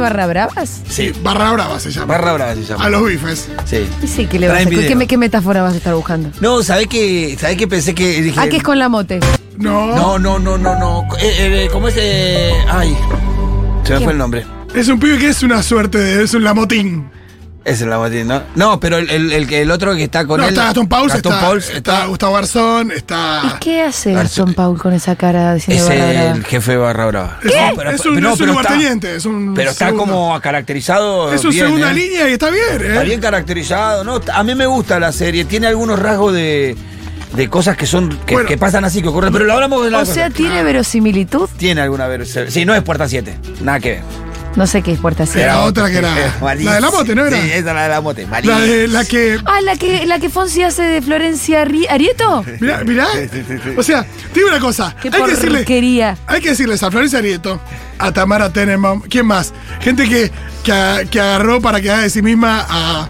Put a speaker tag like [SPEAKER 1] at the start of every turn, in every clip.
[SPEAKER 1] Barra Bravas?
[SPEAKER 2] Sí, Barra Brava se llama.
[SPEAKER 3] Barra brava se llama.
[SPEAKER 2] A los bifes.
[SPEAKER 3] Sí.
[SPEAKER 1] Y sí, que le vas
[SPEAKER 3] Traen
[SPEAKER 1] a- ¿qué-
[SPEAKER 3] video.
[SPEAKER 1] ¿Qué, qué metáfora vas a estar buscando?
[SPEAKER 3] No, ¿sabés qué? ¿Sabés qué pensé que dije?
[SPEAKER 1] Ah, que es con la mote.
[SPEAKER 2] No,
[SPEAKER 3] No, no, no, no, no. Eh, eh, ¿Cómo es? Eh, Ay. Se me
[SPEAKER 1] ¿Quién?
[SPEAKER 3] fue el nombre.
[SPEAKER 2] Es un pibe que es una suerte de. Es un lamotín.
[SPEAKER 3] Es el Lamotín, ¿no? No, pero el, el, el que- el otro que está con
[SPEAKER 2] no,
[SPEAKER 3] él.
[SPEAKER 2] está Gastón Pauls,
[SPEAKER 3] Gastón
[SPEAKER 2] está,
[SPEAKER 3] Pauls,
[SPEAKER 2] está
[SPEAKER 3] está-
[SPEAKER 2] Gustavo Garzón,
[SPEAKER 1] ¿Y
[SPEAKER 2] está.
[SPEAKER 1] qué hace
[SPEAKER 3] Barra-
[SPEAKER 1] Gastón Paul con esa cara diciendo
[SPEAKER 3] eh, Es
[SPEAKER 1] Barra Brava?
[SPEAKER 3] el jefe de Barra Brava.
[SPEAKER 2] Es
[SPEAKER 3] No,
[SPEAKER 2] un- es un- es un lugarteniente, es un
[SPEAKER 3] Pero está
[SPEAKER 2] segundo.
[SPEAKER 3] como caracterizado.
[SPEAKER 2] Es un
[SPEAKER 3] bien,
[SPEAKER 2] segunda
[SPEAKER 3] ¿eh?
[SPEAKER 2] línea y está bien, ¿eh?
[SPEAKER 3] Está bien caracterizado, ¿no? A mí me gusta la serie, tiene algunos rasgos de, de cosas que son que,
[SPEAKER 2] Bueno.
[SPEAKER 3] que pasan así, que ocurren, pero lo hablamos de la
[SPEAKER 1] O sea, ¿tiene verosimilitud?
[SPEAKER 3] tiene alguna versión. Sí, no es Puerta 7, nada que ver.
[SPEAKER 1] No sé qué es Puerta Cero.
[SPEAKER 2] Era otra que era-
[SPEAKER 3] Es malísima.
[SPEAKER 2] la de la mote, ¿no era?
[SPEAKER 3] Sí, esa la de la mote,
[SPEAKER 2] La de la que.
[SPEAKER 1] Ah, la que, la que Fonsi hace de Florencia Ri- Arieto.
[SPEAKER 2] Mirá, mirá. O sea, te digo una cosa.
[SPEAKER 1] Qué
[SPEAKER 2] hay que decirle.
[SPEAKER 1] porquería.
[SPEAKER 2] Hay que decirles a Florencia Arieto, a Tamara Tenenbaum, ¿quién más? Gente que, que, a- que agarró para que haga de sí misma a.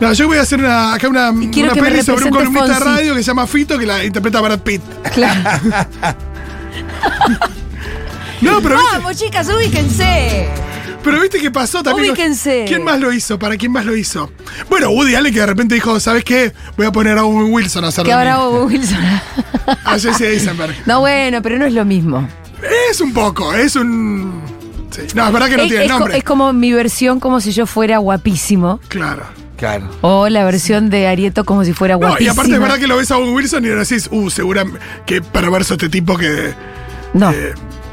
[SPEAKER 2] No, yo voy a hacer una, acá una,
[SPEAKER 1] quiero
[SPEAKER 2] una
[SPEAKER 1] que me
[SPEAKER 2] peli sobre
[SPEAKER 1] represente
[SPEAKER 2] un columnista de
[SPEAKER 1] Fonsi.
[SPEAKER 2] radio que se llama Fito, que la interpreta Brad Pitt.
[SPEAKER 1] Claro.
[SPEAKER 2] No, pero viste,
[SPEAKER 1] Vamos, chicas, ubíquense.
[SPEAKER 2] pero viste que pasó también. con-
[SPEAKER 1] Ubíquense.
[SPEAKER 2] ¿Quién más lo hizo? ¿Para quién más lo hizo? Bueno, Woody Allen que de repente dijo, ¿sabes qué? Voy a poner a Owen Wilson a hacer
[SPEAKER 1] Que
[SPEAKER 2] de
[SPEAKER 1] ahora
[SPEAKER 2] mí".
[SPEAKER 1] Bobo Wilson.
[SPEAKER 2] A Jesse Eisenberg.
[SPEAKER 1] No, bueno, pero no es lo mismo.
[SPEAKER 2] Es un poco, es un. sí. No, es verdad que no
[SPEAKER 1] es,
[SPEAKER 2] tiene
[SPEAKER 1] es co-
[SPEAKER 2] nombre.
[SPEAKER 1] es como mi versión como si yo fuera guapísimo.
[SPEAKER 2] Claro.
[SPEAKER 3] Claro.
[SPEAKER 1] O la versión de Arieto como si fuera
[SPEAKER 2] No, y
[SPEAKER 1] guapísimo.
[SPEAKER 2] aparte es verdad que lo ves a Owen Wilson y le decís, uh, seguramente, qué perverso este tipo que.
[SPEAKER 1] No. Em,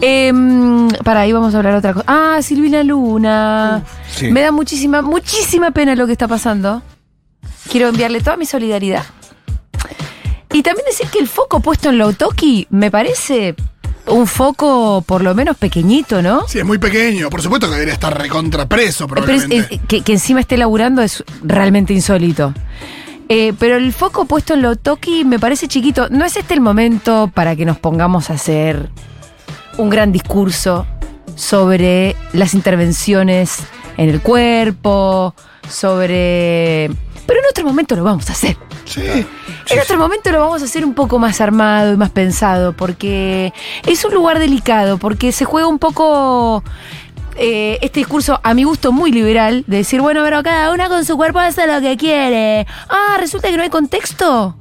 [SPEAKER 2] eh, nada.
[SPEAKER 1] para ahí vamos a hablar otra cosa. Ah, Silvina Luna.
[SPEAKER 3] sí.
[SPEAKER 1] Me da muchísima, muchísima pena lo que está pasando. Quiero enviarle toda mi solidaridad. Y también decir que el foco puesto en Lautoki me parece un foco por lo menos pequeñito, ¿no?
[SPEAKER 2] Sí, es muy pequeño. Por supuesto que debería estar recontrapreso,
[SPEAKER 1] Eh, Pero es-
[SPEAKER 2] probablemente.
[SPEAKER 1] es- que, que encima esté laburando es realmente insólito. Eh, pero el foco puesto en lo toki me parece chiquito. ¿No es este el momento para que nos pongamos a hacer un gran discurso sobre las intervenciones en el cuerpo? Sobre... Pero en otro momento lo vamos a hacer.
[SPEAKER 2] sí.
[SPEAKER 1] En otro momento lo vamos a hacer un poco más armado y más pensado, porque es un lugar delicado, porque se juega un poco eh, este discurso, a mi gusto, muy liberal, de decir, bueno, pero cada una con su cuerpo hace lo que quiere. Ah, resulta que no hay contexto.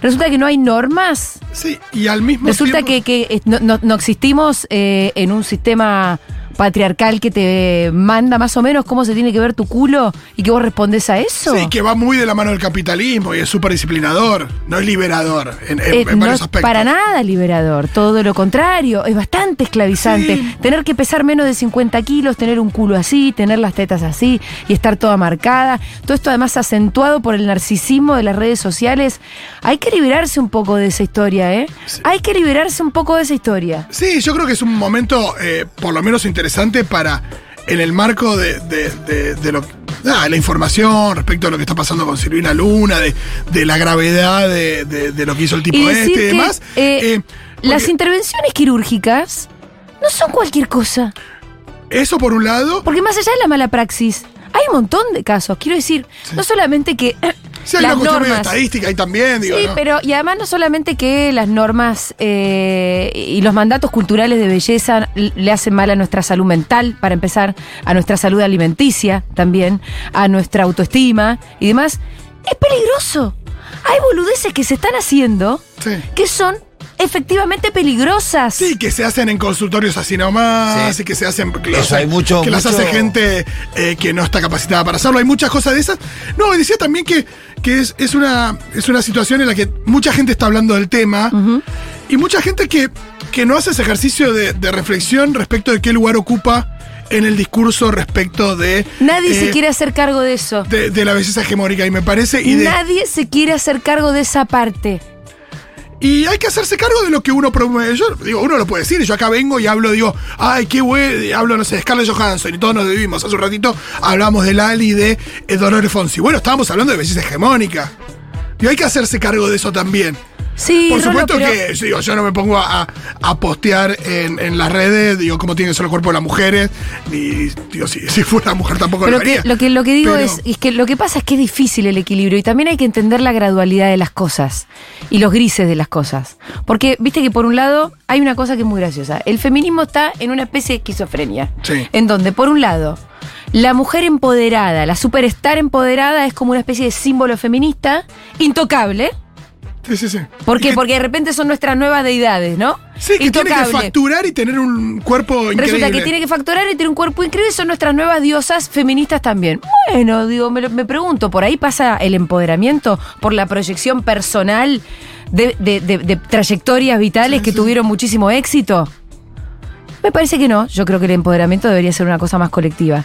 [SPEAKER 1] Resulta que no hay normas.
[SPEAKER 2] Sí, y al mismo
[SPEAKER 1] Resulta
[SPEAKER 2] tiempo.
[SPEAKER 1] que, que, eh, no, no- no existimos eh, en un sistema patriarcal que te manda más o menos cómo se tiene que ver tu culo y que vos respondés a eso.
[SPEAKER 2] Sí, que va muy de la mano del capitalismo y es súper disciplinador, no es liberador en, en-
[SPEAKER 1] Eh,
[SPEAKER 2] en
[SPEAKER 1] no
[SPEAKER 2] varios
[SPEAKER 1] es
[SPEAKER 2] aspectos.
[SPEAKER 1] para nada liberador, todo lo contrario, es bastante esclavizante.
[SPEAKER 2] Sí.
[SPEAKER 1] Tener que pesar menos de 50 kilos, tener un culo así, tener las tetas así y estar toda marcada. Todo esto además acentuado por el narcisismo de las redes sociales. Hay que liberarse un poco de esa historia, ¿eh?
[SPEAKER 2] Sí.
[SPEAKER 1] Hay que liberarse un poco de esa historia.
[SPEAKER 2] Sí, yo creo que es un momento eh, por lo menos interesante para, en el marco de, de- de- de lo, nada, la información respecto a lo que está pasando con Silvina Luna, de, de la gravedad de, de- de lo que hizo el tipo
[SPEAKER 1] Y
[SPEAKER 2] este
[SPEAKER 1] decir
[SPEAKER 2] y
[SPEAKER 1] que,
[SPEAKER 2] demás.
[SPEAKER 1] eh,
[SPEAKER 2] Eh,
[SPEAKER 1] Las
[SPEAKER 2] porque
[SPEAKER 1] intervenciones quirúrgicas no son cualquier cosa.
[SPEAKER 2] eso por un lado,
[SPEAKER 1] Porque más allá de la mala praxis, hay un montón de casos. Quiero decir, no solamente que
[SPEAKER 2] si hay una
[SPEAKER 1] las
[SPEAKER 2] cuestión medio
[SPEAKER 1] normas...
[SPEAKER 2] estadística ahí también, digo.
[SPEAKER 1] Sí,
[SPEAKER 2] ¿no?
[SPEAKER 1] pero y además no solamente que las normas eh, y los mandatos culturales de belleza l- le hacen mal a nuestra salud mental, para empezar, a nuestra salud alimenticia también, a nuestra autoestima y demás, es peligroso. Hay boludeces que se están haciendo
[SPEAKER 2] Sí.
[SPEAKER 1] que son efectivamente peligrosas.
[SPEAKER 2] Sí, que se hacen en consultorios así nomás,
[SPEAKER 3] Sí.
[SPEAKER 2] y que se hacen. Que
[SPEAKER 3] Eso hay mucho-
[SPEAKER 2] Que las
[SPEAKER 3] mucho-
[SPEAKER 2] hace gente eh, que no está capacitada para hacerlo. Hay muchas cosas de esas. No, y decía también que, que es, es una, es una situación en la que mucha gente está hablando del tema y mucha gente que, que no hace ese ejercicio de, de reflexión respecto de qué lugar ocupa en el discurso respecto de.
[SPEAKER 1] Nadie se
[SPEAKER 2] eh,
[SPEAKER 1] quiere hacer cargo de eso.
[SPEAKER 2] De, de la belleza hegemónica, y me parece. Y, de-
[SPEAKER 1] Nadie se quiere hacer cargo de esa parte.
[SPEAKER 2] y hay que hacerse cargo de lo que uno promueve. Yo, digo, uno lo puede decir. Yo acá vengo y hablo, digo, ay, qué güey. Hablo, no sé, de Scarlett Johansson y todos nos vivimos. Hace un ratito hablamos de Lali y de eh, Dolores Fonsi. Bueno, estábamos hablando de belleza hegemónica. Y hay que hacerse cargo de eso también.
[SPEAKER 1] Sí,
[SPEAKER 2] Por
[SPEAKER 1] Rolo,
[SPEAKER 2] supuesto
[SPEAKER 1] pero-
[SPEAKER 2] que digo, yo no me pongo a, a postear en, en las redes, digo, cómo tiene que ser el cuerpo de las mujeres, ni digo, si, si fuera mujer tampoco
[SPEAKER 1] Pero
[SPEAKER 2] lo
[SPEAKER 1] que-
[SPEAKER 2] haría.
[SPEAKER 1] lo, que, lo que digo
[SPEAKER 2] Pero-
[SPEAKER 1] es, es que lo que pasa es que es difícil el equilibrio y también hay que entender la gradualidad de las cosas y los grises de las cosas. Porque viste que por un lado hay una cosa que es muy graciosa. El feminismo está en una especie de esquizofrenia.
[SPEAKER 2] Sí.
[SPEAKER 1] En donde, por un lado, la mujer empoderada, la superstar empoderada es como una especie de símbolo feminista, intocable.
[SPEAKER 2] Sí, sí, sí.
[SPEAKER 1] ¿Por
[SPEAKER 2] Y
[SPEAKER 1] qué?
[SPEAKER 2] que-
[SPEAKER 1] Porque de repente son nuestras nuevas deidades, ¿no?
[SPEAKER 2] Sí, que tiene que facturar y tener un cuerpo increíble.
[SPEAKER 1] Resulta que tiene que facturar y tiene un cuerpo increíble, son nuestras nuevas diosas feministas también. Bueno, digo, me, lo- me pregunto, ¿por ahí pasa el empoderamiento por la proyección personal de, de- de- de trayectorias vitales
[SPEAKER 2] Sí,
[SPEAKER 1] que
[SPEAKER 2] sí.
[SPEAKER 1] tuvieron muchísimo éxito? Me parece que no, yo creo que el empoderamiento debería ser una cosa más colectiva.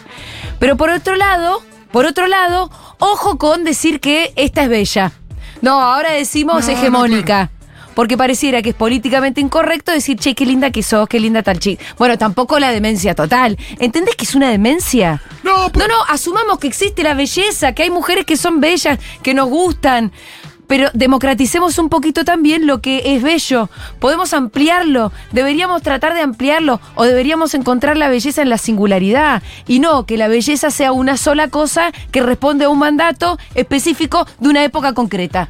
[SPEAKER 1] Pero por otro lado, por otro lado, ojo con decir que esta es bella. No, ahora decimos
[SPEAKER 2] No, no,
[SPEAKER 1] hegemónica. Porque pareciera que es políticamente incorrecto decir, che, qué linda que sos, qué linda tal chica. Bueno, tampoco la demencia total. ¿Entendés que es una demencia?
[SPEAKER 2] No,
[SPEAKER 1] No,
[SPEAKER 2] pues,
[SPEAKER 1] no, asumamos que existe la belleza, que hay mujeres que son bellas, que nos gustan. Pero democraticemos un poquito también lo que es bello. Podemos ampliarlo, deberíamos tratar de ampliarlo o deberíamos encontrar la belleza en la singularidad y no que la belleza sea una sola cosa que responde a un mandato específico de una época concreta.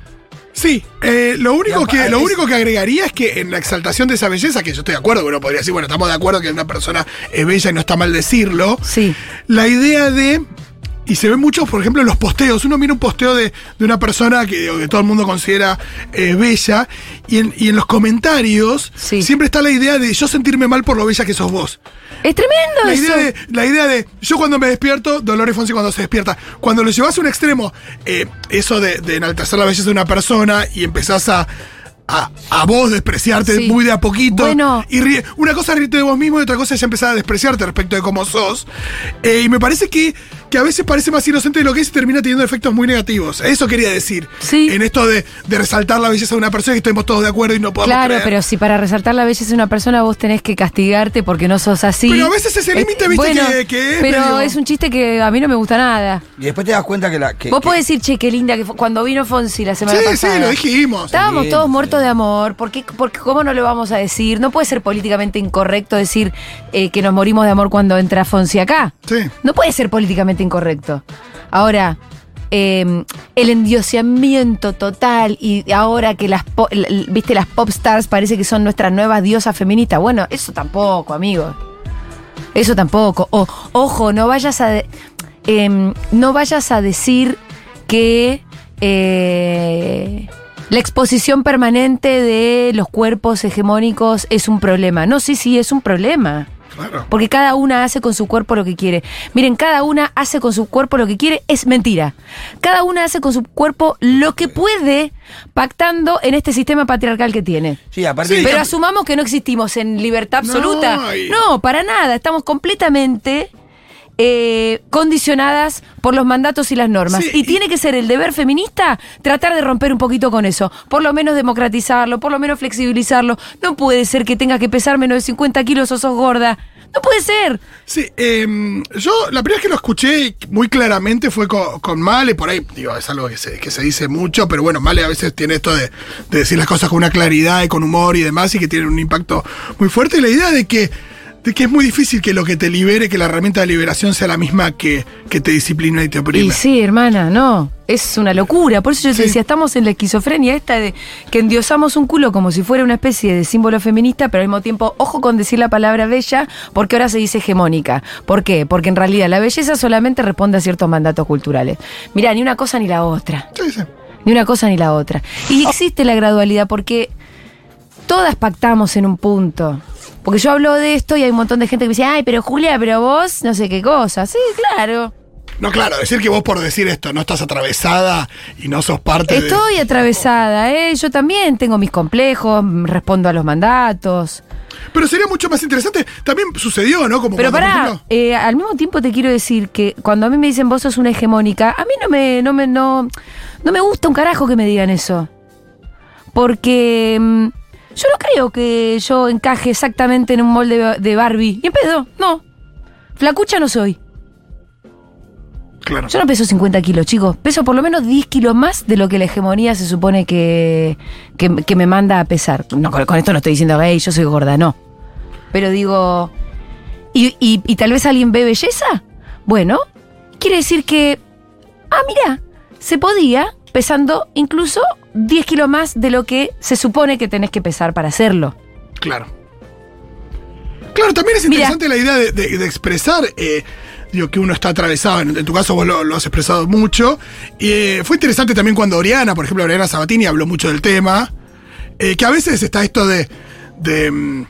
[SPEAKER 2] sí. eh, lo único
[SPEAKER 3] No,
[SPEAKER 2] que lo
[SPEAKER 3] es-
[SPEAKER 2] único que agregaría es que en la exaltación de esa belleza, que yo estoy de acuerdo, uno podría decir, bueno, estamos de acuerdo que una persona es bella y no está mal decirlo.
[SPEAKER 1] Sí.
[SPEAKER 2] La idea de. Y se ve mucho, por ejemplo, en los posteos. Uno mira un posteo de, de una persona que, o que todo el mundo considera eh, bella, y en, y en los comentarios
[SPEAKER 1] Sí.
[SPEAKER 2] siempre está la idea de yo sentirme mal por lo bella que sos vos.
[SPEAKER 1] Es tremendo
[SPEAKER 2] La
[SPEAKER 1] eso.
[SPEAKER 2] idea, de, la idea de yo cuando me despierto, Dolores Fonsi cuando se despierta. Cuando lo llevas a un extremo, eh, eso de, de enaltecer la belleza de una persona y empezás a, a, a vos despreciarte
[SPEAKER 1] Sí.
[SPEAKER 2] muy de a poquito.
[SPEAKER 1] Bueno.
[SPEAKER 2] Y ríe- una cosa es rirte de vos mismo y otra cosa es empezar a despreciarte respecto de cómo sos. Eh, y me parece que, que a veces parece más inocente de lo que es y termina teniendo efectos muy negativos. Eso quería decir.
[SPEAKER 1] Sí.
[SPEAKER 2] En esto de, de resaltar la belleza de una persona que estemos todos de acuerdo y no podemos
[SPEAKER 1] Claro,
[SPEAKER 2] creer.
[SPEAKER 1] pero si para resaltar la belleza de una persona vos tenés que castigarte porque no sos así.
[SPEAKER 2] Pero a veces ese
[SPEAKER 1] Eh,
[SPEAKER 2] límite, viste,
[SPEAKER 1] bueno,
[SPEAKER 2] que- que es
[SPEAKER 1] Pero
[SPEAKER 2] medio-
[SPEAKER 1] es un chiste que a mí no me gusta nada.
[SPEAKER 3] Y después te das cuenta que la. que-
[SPEAKER 1] Vos
[SPEAKER 3] que-
[SPEAKER 1] podés decir, che, qué linda que fue cuando vino Fonsi la semana
[SPEAKER 2] Sí, sí,
[SPEAKER 1] pasada.
[SPEAKER 2] lo dijimos.
[SPEAKER 1] Estábamos
[SPEAKER 3] Sí,
[SPEAKER 1] todos
[SPEAKER 3] sí.
[SPEAKER 1] muertos de amor, ¿Por qué, porque ¿cómo no lo vamos a decir? No puede ser políticamente incorrecto decir eh, que nos morimos de amor cuando entra Fonsi acá.
[SPEAKER 2] Sí.
[SPEAKER 1] No puede ser políticamente incorrecto. Ahora, eh, el endiosamiento total y ahora que las, po- l- l- viste, las pop stars parece que son nuestras nuevas diosas feministas. Bueno, eso tampoco, amigo. Eso tampoco. O, ojo, no vayas a. de- em, no vayas a decir que. eh, la exposición permanente de los cuerpos hegemónicos es un problema. No, sí, sí, es un problema.
[SPEAKER 2] Claro.
[SPEAKER 1] Porque cada una hace con su cuerpo lo que quiere. Miren, cada una hace con su cuerpo lo que quiere, es mentira. Cada una hace con su cuerpo lo que puede, pactando en este sistema patriarcal que tiene.
[SPEAKER 3] Sí, aparte.
[SPEAKER 2] Sí,
[SPEAKER 3] que-
[SPEAKER 1] Pero asumamos que no existimos en libertad
[SPEAKER 2] No,
[SPEAKER 1] absoluta.
[SPEAKER 2] y-
[SPEAKER 1] No, para nada. Estamos completamente eh, condicionadas por los mandatos y las normas.
[SPEAKER 2] Sí,
[SPEAKER 1] y,
[SPEAKER 2] y-
[SPEAKER 1] tiene que ser el deber feminista tratar de romper un poquito con eso. Por lo menos democratizarlo, por lo menos flexibilizarlo. No puede ser que tengas que pesar menos de 50 kilos o sos gorda. No puede ser.
[SPEAKER 2] Sí, em, yo la primera vez que lo escuché muy claramente fue con, con Male, por ahí, digo, es algo que se, que se dice mucho, pero bueno, Male a veces tiene esto de, de decir las cosas con una claridad y con humor y demás, y que tiene un impacto muy fuerte. Y la idea de que, de que es muy difícil que lo que te libere, que la herramienta de liberación sea la misma que, que te disciplina y te oprime.
[SPEAKER 1] Y sí, hermana, no. Es una locura. Por eso yo te
[SPEAKER 2] Sí.
[SPEAKER 1] decía, estamos en la esquizofrenia esta de que endiosamos un culo como si fuera una especie de símbolo feminista, pero al mismo tiempo, ojo con decir la palabra bella, porque ahora se dice hegemónica. ¿Por qué? Porque en realidad la belleza solamente responde a ciertos mandatos culturales. Mirá, ni una cosa ni la otra.
[SPEAKER 2] Sí, sí.
[SPEAKER 1] Ni una cosa ni la otra. Y existe la gradualidad porque todas pactamos en un punto. Porque yo hablo de esto y hay un montón de gente que me dice, ay, pero Julia, pero vos, no sé qué cosa. Sí, claro.
[SPEAKER 2] No, claro, decir que vos por decir esto no estás atravesada y no sos parte de...
[SPEAKER 1] Estoy atravesada, ¿eh? Yo también tengo mis complejos, mm, respondo a los mandatos.
[SPEAKER 2] Pero sería mucho más interesante. También sucedió, ¿no? Como
[SPEAKER 1] Pero
[SPEAKER 2] cuando, por
[SPEAKER 1] pará,
[SPEAKER 2] ejemplo-
[SPEAKER 1] eh, al mismo tiempo te quiero decir que cuando a mí me dicen vos sos una hegemónica, a mí no me, no me, no, no me gusta un carajo que me digan eso. Porque mm, yo no creo que yo encaje exactamente en un molde de Barbie. Ni en pedo, no. Flacucha no soy.
[SPEAKER 2] Claro.
[SPEAKER 1] Yo no peso 50 kilos, chicos. Peso por lo menos 10 kilos más de lo que la hegemonía se supone que, que, que me manda a pesar. No, con, con esto no estoy diciendo, hey, yo soy gorda, no. Pero digo, ¿y, y- y tal vez alguien ve belleza? Bueno, quiere decir que, ah, mira, se podía pesando incluso 10 kilos más de lo que se supone que tenés que pesar para hacerlo.
[SPEAKER 2] Claro. Claro, también es
[SPEAKER 1] Mira.
[SPEAKER 2] interesante la idea de, de- de expresar. eh, Digo, que uno está atravesado, en, en tu caso vos lo, lo has expresado mucho. Y, eh, fue interesante también cuando Oriana, por ejemplo, Oriana Sabatini habló mucho del tema. eh, que a veces está esto de, de, mm,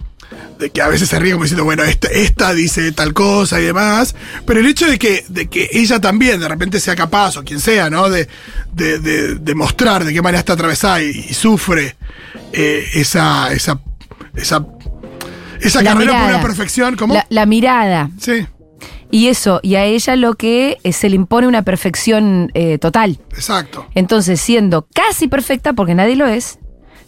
[SPEAKER 2] de que a veces se ríe como diciendo, bueno, esta, esta dice tal cosa y demás. Pero el hecho de que, de que ella también de repente sea capaz, o quien sea, ¿no? De, de, de- de mostrar de qué manera está atravesada y, y sufre eh, esa, esa, esa, esa
[SPEAKER 1] La
[SPEAKER 2] carrera por
[SPEAKER 1] mirada.
[SPEAKER 2] una perfección, como...
[SPEAKER 1] La- la mirada.
[SPEAKER 2] Sí,
[SPEAKER 1] Y eso, y a ella lo que eh, se le impone una perfección eh, total.
[SPEAKER 2] exacto.
[SPEAKER 1] Entonces, siendo casi perfecta, porque nadie lo es,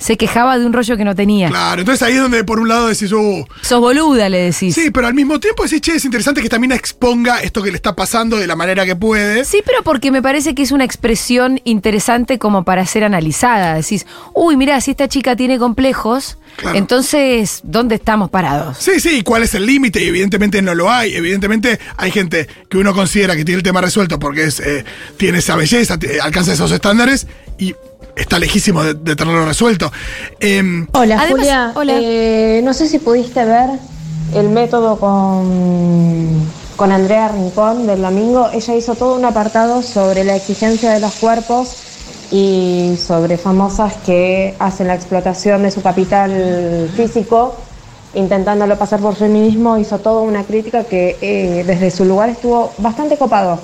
[SPEAKER 1] se quejaba de un rollo que no tenía.
[SPEAKER 2] Claro, entonces ahí es donde por un lado decís, uh,
[SPEAKER 1] Sos boluda, le decís.
[SPEAKER 2] sí, pero al mismo tiempo decís, che, es interesante que esta mina exponga esto que le está pasando de la manera que puede.
[SPEAKER 1] Sí, pero porque me parece que es una expresión interesante como para ser analizada. Decís, uy, mira, si esta chica tiene complejos,
[SPEAKER 2] Claro.
[SPEAKER 1] entonces, ¿dónde estamos parados?
[SPEAKER 2] Sí, sí, ¿y ¿cuál es el límite? Y Evidentemente no lo hay. Evidentemente hay gente que uno considera que tiene el tema resuelto porque es, eh, tiene esa belleza, t- eh, alcanza esos estándares y está lejísimo de, de tenerlo resuelto. Em,
[SPEAKER 4] Hola
[SPEAKER 1] Además-
[SPEAKER 4] Julia,
[SPEAKER 1] hola.
[SPEAKER 4] Eh, no sé si pudiste ver el método con, con Andrea Rincón del domingo. Ella hizo todo un apartado sobre la exigencia de los cuerpos y sobre famosas que hacen la explotación de su capital físico, intentándolo pasar por feminismo. Hizo toda una crítica que eh, desde su lugar estuvo bastante copado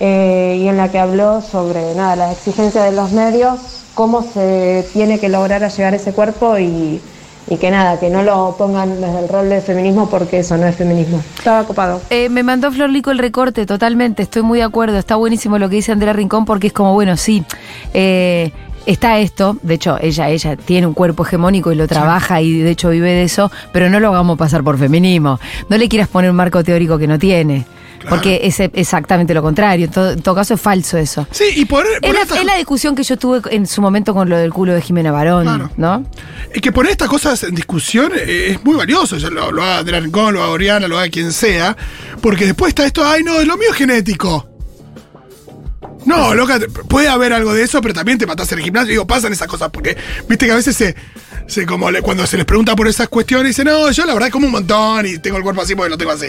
[SPEAKER 4] eh, y en la que habló sobre nada, las exigencias de los medios, cómo se tiene que lograr a llegar a ese cuerpo y, y que nada, que no lo pongan desde el rol de feminismo porque eso no es feminismo. Estaba ocupado.
[SPEAKER 1] Eh, me mandó Florlico el recorte, totalmente, estoy muy de acuerdo, está buenísimo lo que dice Andrea Rincón porque es como, bueno, sí, eh, está esto, de hecho, ella, ella tiene un cuerpo hegemónico y lo trabaja y de hecho vive de eso, pero no lo hagamos pasar por feminismo, no le quieras poner un marco teórico que no tiene, porque es e, exactamente lo contrario, en todo, en todo caso es falso eso.
[SPEAKER 2] sí, y poner,
[SPEAKER 1] Es
[SPEAKER 2] poner
[SPEAKER 1] la,
[SPEAKER 2] estas-
[SPEAKER 1] es la discusión que yo tuve en su momento con lo del culo de Jimena Barón,
[SPEAKER 2] Claro.
[SPEAKER 1] ¿no?
[SPEAKER 2] eh, que poner estas cosas en discusión eh, es muy valioso. Ya lo, lo haga Adrián Rincón, lo haga Oriana, lo haga quien sea, porque después está esto, ay no, lo mío es genético. No, loca, te- puede haber algo de eso, pero también te matás en el gimnasio. Digo, pasan esas cosas, porque viste que a veces se, se como le- cuando se les pregunta por esas cuestiones, dicen, no, yo la verdad como un montón y tengo el cuerpo así porque lo tengo así.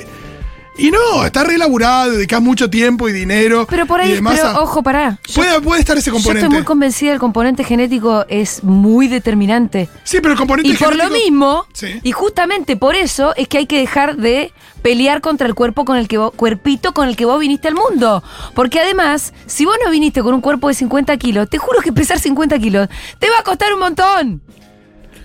[SPEAKER 2] Y no, está re elaborado, dedicás mucho tiempo y dinero.
[SPEAKER 1] Pero por
[SPEAKER 2] y
[SPEAKER 1] ahí,
[SPEAKER 2] demás
[SPEAKER 1] pero
[SPEAKER 2] a-
[SPEAKER 1] ojo, pará. Yo-
[SPEAKER 2] puede, puede estar ese
[SPEAKER 1] Yo
[SPEAKER 2] componente.
[SPEAKER 1] estoy muy convencida, el componente genético es muy determinante.
[SPEAKER 2] sí, pero el componente
[SPEAKER 1] Y por lo
[SPEAKER 2] genético-
[SPEAKER 1] mismo,
[SPEAKER 2] Sí.
[SPEAKER 1] y justamente por eso es que hay que dejar de pelear contra el cuerpo con el que vos- cuerpito con el que vos viniste al mundo. Porque además, si vos no viniste con un cuerpo de 50 kilos, te juro que pesar 50 kilos te va a costar un montón.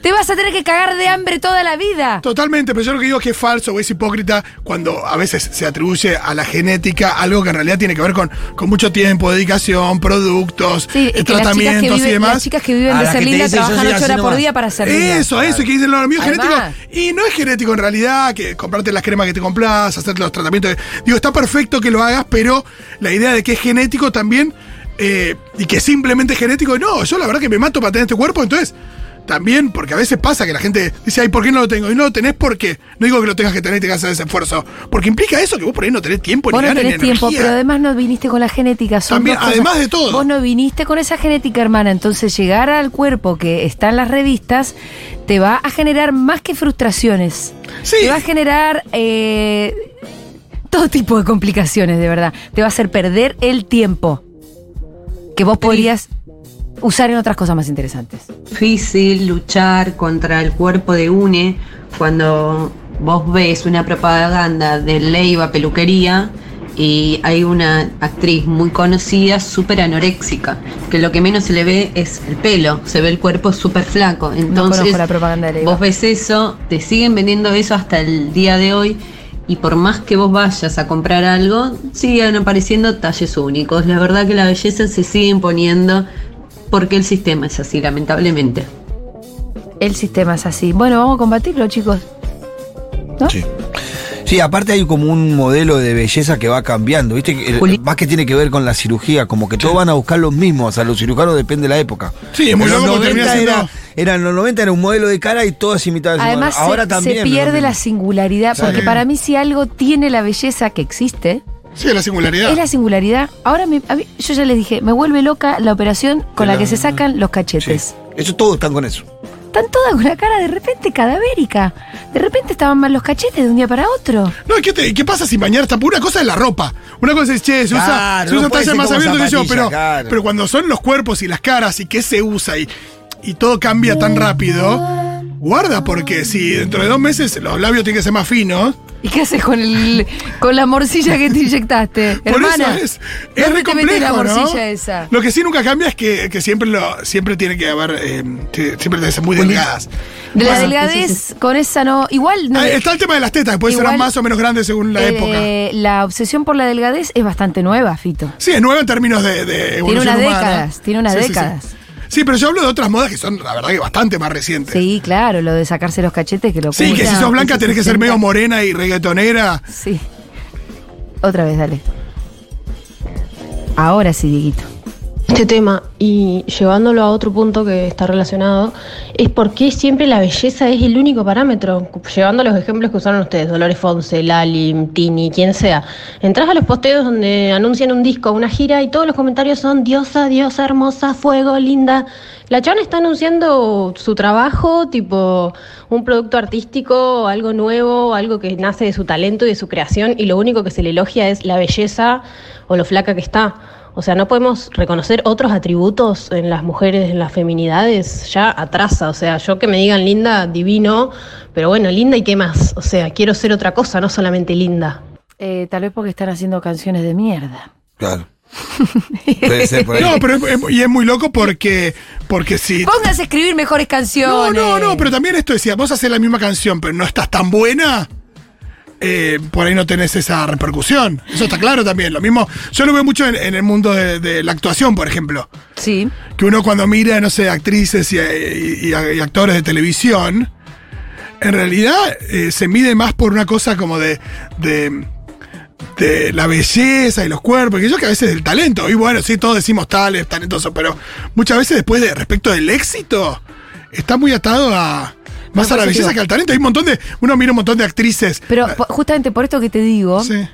[SPEAKER 1] Te vas a tener que cagar de hambre toda la vida.
[SPEAKER 2] Totalmente, pero yo lo que digo es que es falso o es hipócrita cuando a veces se atribuye a la genética algo que en realidad tiene que ver con, con mucho tiempo, dedicación, productos,
[SPEAKER 1] Sí, y que las
[SPEAKER 2] eh,
[SPEAKER 1] chicas que
[SPEAKER 2] tratamientos
[SPEAKER 1] viven-
[SPEAKER 2] y
[SPEAKER 1] Las
[SPEAKER 2] demás.
[SPEAKER 1] chicas que viven
[SPEAKER 3] A
[SPEAKER 1] de
[SPEAKER 3] las
[SPEAKER 1] ser
[SPEAKER 3] que te
[SPEAKER 1] lindas
[SPEAKER 3] dicen, yo
[SPEAKER 1] trabajan
[SPEAKER 3] soy
[SPEAKER 1] 8
[SPEAKER 3] así
[SPEAKER 1] horas por
[SPEAKER 3] nomás.
[SPEAKER 1] día para ser lindas.
[SPEAKER 2] Eso, eso, y que dicen lo mío es genético.
[SPEAKER 1] Además.
[SPEAKER 2] Y no es genético en realidad, que comprarte las cremas que te compras, hacer los tratamientos. Digo, está perfecto que lo hagas, pero la idea de que es genético también eh, y que simplemente es genético, no, yo la verdad que me mato para tener este cuerpo, entonces. También, porque a veces pasa que la gente dice, ay, ¿por qué no lo tengo? Y no lo tenés porque. No digo que lo tengas que tener y tengas que hacer ese esfuerzo. Porque implica eso que vos por ahí no tenés tiempo
[SPEAKER 1] Vos
[SPEAKER 2] ni
[SPEAKER 1] no
[SPEAKER 2] ganas, ni
[SPEAKER 1] tenés tiempo,
[SPEAKER 2] energía.
[SPEAKER 1] pero además no viniste con la genética. Son
[SPEAKER 2] También,
[SPEAKER 1] dos cosas.
[SPEAKER 2] además de todo.
[SPEAKER 1] Vos no viniste con esa genética, hermana. Entonces, llegar al cuerpo que está en las revistas te va a generar más que frustraciones.
[SPEAKER 2] Sí.
[SPEAKER 1] Te va a generar eh, todo tipo de complicaciones, de verdad. Te va a hacer perder el tiempo que vos podrías usar en otras cosas más interesantes.
[SPEAKER 5] difícil luchar contra el cuerpo de UNE cuando vos ves una propaganda de Leiva Peluquería y hay una actriz muy conocida, súper anoréxica, que lo que menos se le ve es el pelo, se ve el cuerpo súper flaco. Entonces,
[SPEAKER 1] conozco la propaganda de Leiva.
[SPEAKER 5] vos ves eso, te siguen vendiendo eso hasta el día de hoy. Y por más que vos vayas a comprar algo, siguen apareciendo talles únicos. La verdad que la belleza se sigue imponiendo porque el sistema es así, lamentablemente.
[SPEAKER 1] El sistema es así. Bueno, vamos a combatirlo, chicos. ¿No?
[SPEAKER 3] Sí. Sí, aparte hay como un modelo de belleza que va cambiando, ¿viste? Que, eh,
[SPEAKER 5] Juli-
[SPEAKER 3] Más que tiene que ver con la cirugía, como que todos van a buscar los mismos, o sea, los cirujanos depende de la época.
[SPEAKER 2] Sí, es muy
[SPEAKER 3] En los
[SPEAKER 2] loco porque termina
[SPEAKER 3] 90 era,
[SPEAKER 2] siendo-
[SPEAKER 3] era- en los 90 era un modelo de cara y todas imitaban. a su
[SPEAKER 1] Además,
[SPEAKER 3] madre. ahora
[SPEAKER 1] se,
[SPEAKER 3] también.
[SPEAKER 1] se
[SPEAKER 3] es lo
[SPEAKER 1] pierde
[SPEAKER 3] mismo.
[SPEAKER 1] la singularidad, porque
[SPEAKER 2] Sí.
[SPEAKER 1] para mí si algo tiene la belleza que existe,
[SPEAKER 2] Sí, la singularidad.
[SPEAKER 1] es la singularidad. Ahora me- a mí- yo ya les dije, me vuelve loca la operación con la que se sacan los
[SPEAKER 3] Sí.
[SPEAKER 1] cachetes.
[SPEAKER 3] Eso todos están con eso.
[SPEAKER 1] Están todas con la cara de repente cadavérica. De repente estaban mal los cachetes de un día para otro.
[SPEAKER 2] No, ¿qué, te- ¿qué pasa sin bañar? Porque una cosa es la ropa. Una cosa es, che, se usa,
[SPEAKER 3] Claro,
[SPEAKER 2] se usa
[SPEAKER 3] no puede
[SPEAKER 2] talla
[SPEAKER 3] ser
[SPEAKER 2] más
[SPEAKER 3] como
[SPEAKER 2] abierta que yo,
[SPEAKER 3] zapatilla,
[SPEAKER 2] pero,
[SPEAKER 3] claro.
[SPEAKER 2] pero cuando son los cuerpos y las caras y qué se usa y, y todo cambia tan rápido, guarda, porque si dentro de dos meses los labios tienen que ser más finos,
[SPEAKER 1] ¿Y qué haces con el con la morcilla que te inyectaste?
[SPEAKER 2] Por
[SPEAKER 1] Hermana,
[SPEAKER 2] eso es, es
[SPEAKER 1] ¿dónde
[SPEAKER 2] re
[SPEAKER 1] te metes la
[SPEAKER 2] complejo, ¿no?
[SPEAKER 1] morcilla esa?
[SPEAKER 2] Lo que sí nunca cambia es que, que siempre lo, siempre tiene que haber, eh, que siempre tienen que ser muy delgadas.
[SPEAKER 1] De la
[SPEAKER 5] Bueno,
[SPEAKER 1] delgadez,
[SPEAKER 5] eso
[SPEAKER 1] con esa no. Igual no.
[SPEAKER 2] Ah, está el tema de las tetas, que pueden ser
[SPEAKER 1] Igual-
[SPEAKER 2] más o menos grandes según la
[SPEAKER 1] eh,
[SPEAKER 2] época.
[SPEAKER 1] la obsesión por la delgadez es bastante nueva, Fito.
[SPEAKER 2] Sí, es nuevo en términos de, de
[SPEAKER 1] Tiene
[SPEAKER 2] evolución
[SPEAKER 1] unas
[SPEAKER 2] humana.
[SPEAKER 1] décadas, tiene unas
[SPEAKER 2] Sí, sí, sí.
[SPEAKER 1] décadas.
[SPEAKER 2] Sí, pero yo hablo de otras modas que son, la verdad, que bastante más recientes. Sí,
[SPEAKER 1] Sí, claro, lo de sacarse los cachetes que lo
[SPEAKER 2] que si
[SPEAKER 5] Mira,
[SPEAKER 2] sos blanca
[SPEAKER 5] eso
[SPEAKER 2] tenés que ser
[SPEAKER 5] sesenta.
[SPEAKER 2] medio morena y reggaetonera.
[SPEAKER 1] Sí. Otra vez, dale. Ahora sí, Dieguito.
[SPEAKER 6] este tema y llevándolo a otro punto que está relacionado, es por qué siempre la belleza es el único parámetro. Llevando los ejemplos que usaron ustedes, Dolores Fonse, Lali, Tini, quien sea. Entrás a los posteos donde anuncian un disco, una gira y todos los comentarios son diosa, diosa, hermosa, fuego, linda. La chabona está anunciando su trabajo, tipo un producto artístico, algo nuevo, algo que nace de su talento y de su creación y lo único que se le elogia es la belleza o lo flaca que está. O sea, no podemos reconocer otros atributos en las mujeres, en las feminidades, ya atrasa. O sea, yo que me digan linda, divino, pero bueno, linda y qué más. O sea, quiero ser otra cosa, no solamente linda.
[SPEAKER 1] Eh, tal vez porque están haciendo canciones de mierda.
[SPEAKER 3] Claro. Puede ser por ahí.
[SPEAKER 2] No, pero es- es- y es muy loco porque, porque si
[SPEAKER 1] Pónganse a escribir mejores
[SPEAKER 2] No,
[SPEAKER 1] canciones.
[SPEAKER 2] no, no, pero también esto decía, vos haces la misma canción, pero no estás tan buena. eh, por ahí no tenés esa repercusión. Eso está claro también. Lo mismo, yo lo veo mucho en, en el mundo de, de la actuación, por ejemplo.
[SPEAKER 1] Sí.
[SPEAKER 2] Que uno cuando mira, no sé, actrices y, y- y- y actores de televisión, en realidad eh, se mide más por una cosa como de, de, de la belleza y los cuerpos, que yo que a veces del talento. Y bueno, sí, todos decimos tales, talentosos, pero muchas veces después de respecto del éxito, está muy atado a más a la
[SPEAKER 1] parece
[SPEAKER 2] belleza
[SPEAKER 1] que-
[SPEAKER 2] que al talento. Hay un montón de, uno mira un montón de actrices.
[SPEAKER 1] Pero po- justamente por esto que te digo,
[SPEAKER 2] Ah. Sí.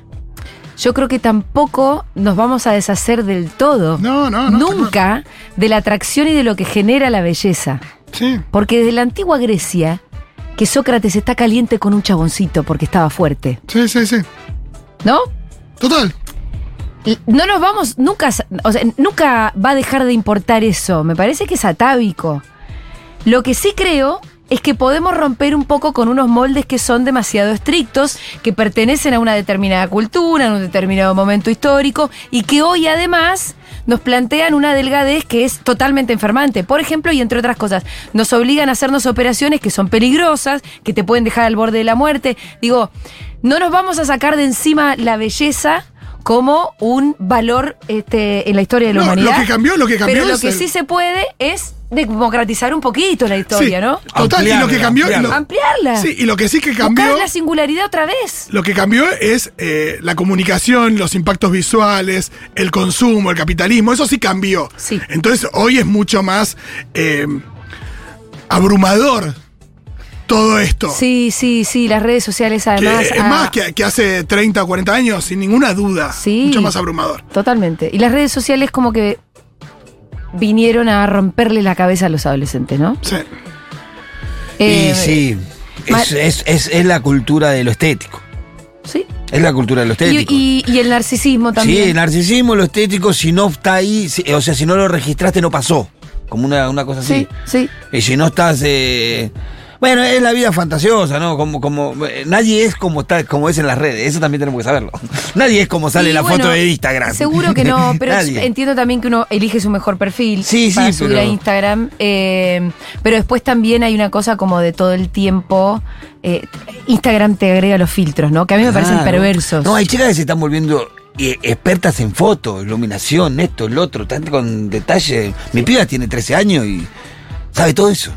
[SPEAKER 1] yo creo que tampoco nos vamos a deshacer del todo.
[SPEAKER 2] No, no, no,
[SPEAKER 1] Nunca de la atracción y de lo que genera la belleza.
[SPEAKER 2] Sí.
[SPEAKER 1] Porque desde la antigua Grecia, que Sócrates está caliente con un chaboncito porque estaba fuerte,
[SPEAKER 2] Sí, sí, sí.
[SPEAKER 1] ¿no?
[SPEAKER 2] Total.
[SPEAKER 1] L- No nos vamos, nunca, s- o sea, nunca va a dejar de importar eso. Me parece que es atávico. Lo que sí creo es que podemos romper un poco con unos moldes que son demasiado estrictos, que pertenecen a una determinada cultura, en un determinado momento histórico, y que hoy además nos plantean una delgadez que es totalmente enfermante. Por ejemplo, y entre otras cosas, nos obligan a hacernos operaciones que son peligrosas, que te pueden dejar al borde de la muerte. Digo, no nos vamos a sacar de encima la belleza como un valor este, en la historia de la
[SPEAKER 2] No,
[SPEAKER 1] humanidad.
[SPEAKER 2] lo que cambió- lo que cambió
[SPEAKER 1] Pero lo
[SPEAKER 2] es
[SPEAKER 1] que
[SPEAKER 2] el-
[SPEAKER 1] sí se puede es democratizar un poquito la historia,
[SPEAKER 2] Sí,
[SPEAKER 1] ¿no?
[SPEAKER 2] Total, y lo que
[SPEAKER 3] Ampliarla,
[SPEAKER 2] cambió. y lo-
[SPEAKER 1] Ampliarla.
[SPEAKER 2] Sí, y lo que sí que cambió.
[SPEAKER 1] Buscar la singularidad otra vez.
[SPEAKER 2] Lo que cambió es eh, la comunicación, los impactos visuales, el consumo, el capitalismo, eso sí cambió.
[SPEAKER 1] Sí.
[SPEAKER 2] Entonces hoy es mucho más eh, abrumador todo esto.
[SPEAKER 1] Sí, sí, sí, las redes sociales
[SPEAKER 2] Que
[SPEAKER 1] además.
[SPEAKER 2] es
[SPEAKER 1] ah,
[SPEAKER 2] más que, que hace 30 o 40 años, sin ninguna duda.
[SPEAKER 1] Sí.
[SPEAKER 2] Mucho más abrumador.
[SPEAKER 1] Totalmente. Y las redes sociales como que vinieron a romperle la cabeza a los adolescentes, ¿no?
[SPEAKER 2] Sí.
[SPEAKER 1] Eh,
[SPEAKER 3] y sí,
[SPEAKER 1] mal-
[SPEAKER 3] es, es- es- es la cultura de lo estético.
[SPEAKER 1] Sí.
[SPEAKER 3] Es la cultura de
[SPEAKER 1] Y,
[SPEAKER 3] lo estético.
[SPEAKER 1] y- y el narcisismo también.
[SPEAKER 3] Sí, el narcisismo, lo estético, si no está ahí, si- o sea, si no lo registraste, no pasó. Como una, una cosa así.
[SPEAKER 1] sí, sí.
[SPEAKER 3] Y si no estás. eh, bueno, es la vida fantasiosa, ¿no? Como, como eh, nadie es como está, como es en las redes. Eso también tenemos que saberlo. Nadie es como sale
[SPEAKER 1] Y
[SPEAKER 3] la
[SPEAKER 1] bueno,
[SPEAKER 3] foto de Instagram.
[SPEAKER 1] Seguro que no, pero
[SPEAKER 3] Nadie.
[SPEAKER 1] entiendo también que uno elige su mejor perfil
[SPEAKER 3] Sí,
[SPEAKER 1] para
[SPEAKER 3] sí,
[SPEAKER 1] subir
[SPEAKER 3] pero-
[SPEAKER 1] a Instagram. eh, pero después también hay una cosa como de todo el tiempo. eh, Instagram te agrega los filtros, ¿no? Que a mí me parecen
[SPEAKER 3] Claro.
[SPEAKER 1] perversos.
[SPEAKER 3] No, hay chicas que se están volviendo eh, expertas en fotos, iluminación, esto, el otro, tanto con detalle. Mi piba tiene 13 años y sabe todo eso.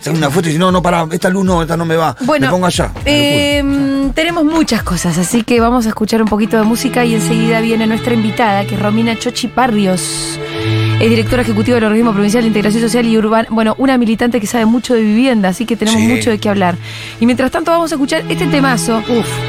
[SPEAKER 3] saca una foto y dice, no, no, pará, esta luz no, esta no me va.
[SPEAKER 1] Bueno,
[SPEAKER 3] me pongo allá. Una
[SPEAKER 1] eh, tenemos muchas cosas, así que vamos a escuchar un poquito de música y enseguida viene nuestra invitada, que es Romina Chochi Parrios. Es directora ejecutiva del Organismo Provincial de Integración Social y Urbana. Bueno, una militante que sabe mucho de vivienda, así que tenemos
[SPEAKER 3] Sí.
[SPEAKER 1] mucho de qué hablar. Y mientras tanto, vamos a escuchar este temazo. Uf.